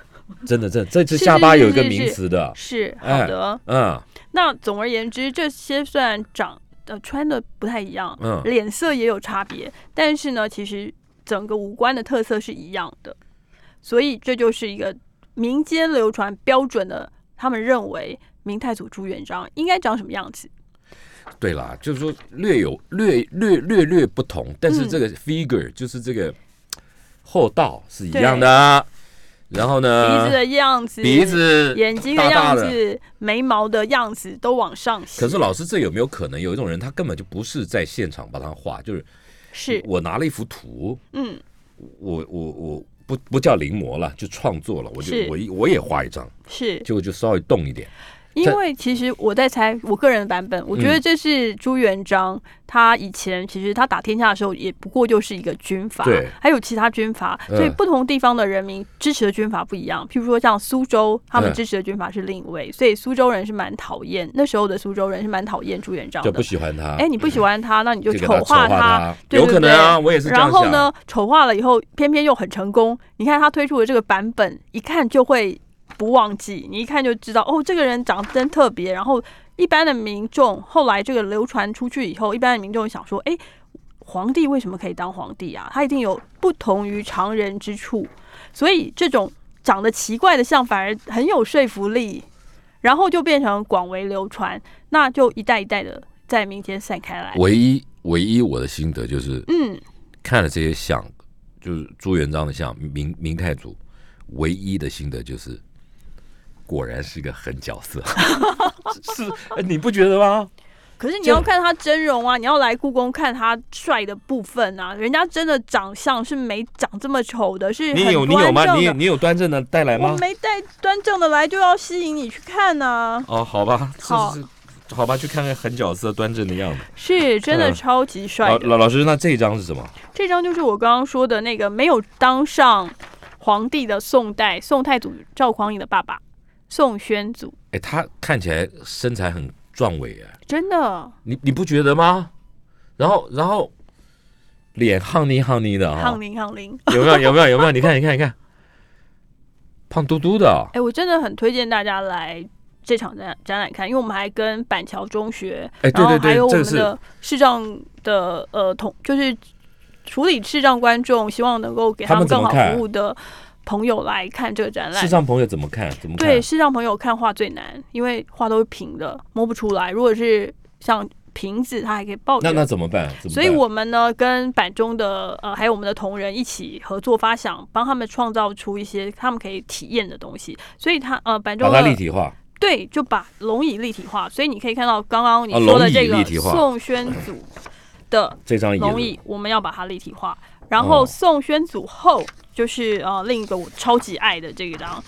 真的，真的，这这
是
下巴
是
有一个
是
名
是
词的，
是好
哎
的？
嗯，
那总而言之，这些虽然长呃穿的不太一样，
嗯
脸色也有差别，但是呢，其实整个五官的特色是一样的，所以这就是一个民间流传标准的，他们认为明太祖朱元璋应该长什么样子。
对啦，就是说略有略略略略不同，但是
嗯
这个 figure 就是这个厚道是一样的。然后呢，
鼻子的样子，
呃鼻子
眼睛
大大
样
的
子，眉毛的样子都往上写。
可是老师，这有没有可能有一种人，他根本就不是在现场帮他画，就是
是，
我拿了一幅图，
嗯，
我我我不不叫临摹了，就创作了。我就是我一我也画一张，
是
结果就稍微动一点。
因
这
为其实我在猜我个人的版本，我觉
嗯
得这是朱元璋他以前其实他打天下的时候，也不过就是一个军阀
对，
还有其他军阀，
嗯
所以不同地方的人民支持的军阀不一样。譬如说像苏州，他们
嗯
支持的军阀是另一位，所以苏州人是蛮讨厌那时候的苏州人是蛮讨厌朱元璋
就
的
不。喜欢他。
哎，你不喜欢他，那你就
就给
丑
他
化
丑化他
对
有
对
可能啊
对
我也是这样
然后
想
呢，丑化了以后，偏偏又很成功。你看他推出的这个版本，一看就会不忘记，你一看就知道哦，这个人长得真特别。然后一般的民众后来这个流传出去以后，一般的民众想说，哎，皇帝为什么可以当皇帝啊？他一定有不同于常人之处，所以这种长得奇怪的像反而很有说服力，然后就变成广为流传，那就一代一代的在民间散开来。
唯一唯一我的心得就是
嗯，
看了这些像，就是朱元璋的像，明明太祖，唯一的心得就是，果然是个狠角
(laughs)
色，是是你不觉得吗？
可是你
就
要看他真容啊，你要来故宫看他帅的部分啊，人家真的长相是没长这么丑的，是
你
很
有你有
端
吗？你
正
有
的。
你有端正的带来
我
吗？
没带端正的来，就要吸引你去看啊呐、
哦，好吧，是
好
是是，好吧，去看看狠角色端正的样子。
是真的
嗯
超级帅
老
的。
老老师，那这一张是什么？
这张就是我刚刚说的那个没有当上皇帝的宋代宋太祖赵匡胤的爸爸宋宣祖，
哎，他看起来身材很壮伟哎，
真的
你你不觉得吗？然后然后脸憨泥憨泥的啊
抗，林抗林。
(laughs) 有没有有没有有没有？你看你看你看，胖嘟嘟的哦、
哎，我真的很推荐大家来这场展展览看，因为我们还跟板桥中学，
哎对
然后
对对
还有我
这
们
个是
的视障的呃同，就是处理视障观众，希望能够给
他们怎
更
么
好
看
服务的朋友来看这个展览
视。障朋友怎么看？怎么看？
对，视障朋友看画最难，因为画都是平的，摸不出来。如果是像瓶子，它还可以抱
那
着。
那怎么办？怎么办
所以我们呢，跟板中的呃，还有我们的同仁一起合作发想，帮他们创造出一些他们可以体验的东西。所以他呃，板
把
中
它
的
立体化。
对，就把龙椅立体化，所以你可以看到刚刚你
啊
说的
龙椅
这个
立体化
宋宣祖的
这张椅
龙
子
椅，我们要把它立体化。然后
哦
宋宣祖后就是呃另一个我超级爱的这个张，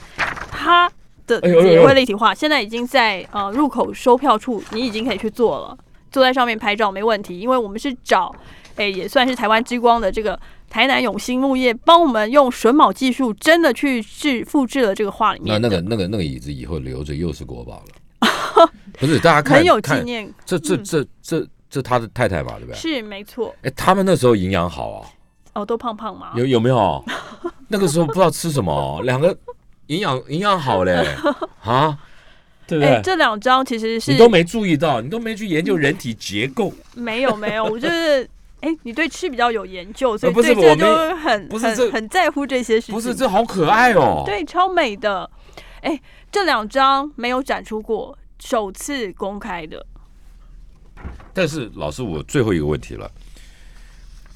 它的
哎呦哎呦
也
哎呦
会立体化，现在已经在呃入口收票处，你已经可以去做了，坐在上面拍照没问题，因为我们是找哎也算是台湾之光的这个。台南永兴木业帮我们用榫卯技术，真的去制复制了这个画里
那
面
那
的，
个那个那个椅子以后留着又是国宝了。
(laughs)
不是，大家看
很有纪
看
念
这这
嗯
这这这他的太太吧，对不对？
是没错，
哎，他们那时候营养好啊，
哦，都胖胖嘛，
有有没
(laughs)
有？那个时候不知道吃什么哦，两个营养营养好
(laughs)
嘞啊，对不
哎、
对？
这两张其实是
你都没注意到，你都没去研究人体结构，
没有没有，我就是哎、你对吃比较有研究，所以
呃不
对
是
这
我
就很
不是
很
这
很在乎这些事情，
不是这好可爱哦。
对超美的，哎、这两张没有展出过，首次公开的，
但是老师，我最后一个问题了，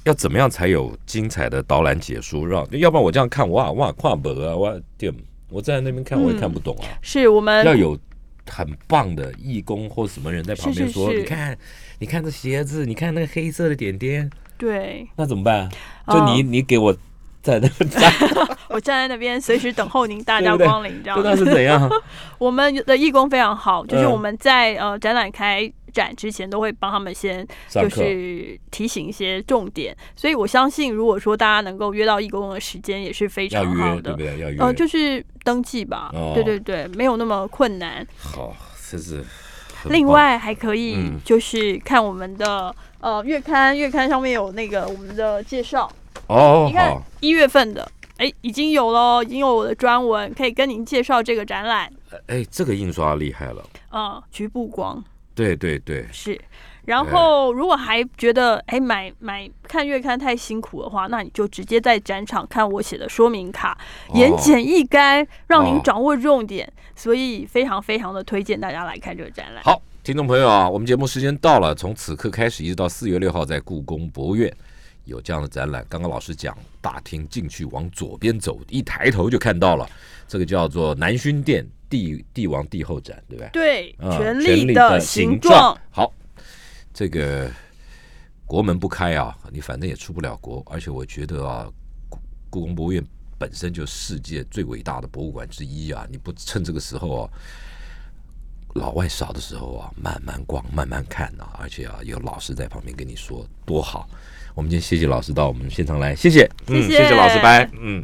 要怎么样才有精彩的导览解说？让要不然我这样看，哇哇跨博啊，哇点，我站在那边看我也看不懂啊。
是我们
要有很棒的义工或什么人在旁边
是是
说，
是
你看，你看这鞋子，你看那个黑色的点点，
对，
那怎么办？
哦
就你、你给我在那个
(laughs)
站，
我站在那边随时等候您大
对
驾
不对
光临，这样
就那是怎
(laughs)
样？
我们的义工非常好，就是
嗯
我们在、呃展览开展之前都会帮他们先
上
就
课
是提醒一些重点，所以我相信如果说大家能够约到义工的时间也是非
要
常好
约对
的
不，对？要约，
呃，就是登记吧，
哦
对对对，没有那么困难。
好，这是很棒
另外还可以
嗯
就是看我们的、呃月刊，月刊上面有那个我们的介绍，
哦
你，看
好，
一月份的。哎，已经有喽，已经有我的专文，可以跟您介绍这个展览。
哎，这个印刷厉害了，
呃，局部光，
对对对，
是。然后，如果还觉得哎买买看月刊太辛苦的话，那你就直接在展场看我写的说明卡，言
哦
简意赅，让您
哦
掌握重点。所以非常非常的推荐大家来看这个展览。
好，听众朋友啊，我们节目时间到了，从此刻开始一直到四月六号，在故宫博物院有这样的展览。刚刚老师讲，大厅进去往左边走，一抬头就看到了，这个叫做南薰殿帝帝王帝后展，对不对？
对，
啊
权
力
力的形
形
状，。
好，这个国门不开啊，你反正也出不了国，而且我觉得啊，故故宫博物院本身就是世界最伟大的博物馆之一啊！你不趁这个时候啊，老外少的时候啊，慢慢逛，慢慢看啊，而且啊，有老师在旁边跟你说，多好！我们今天谢谢老师到我们现场来，谢谢，
谢
嗯，谢谢老师，拜，嗯。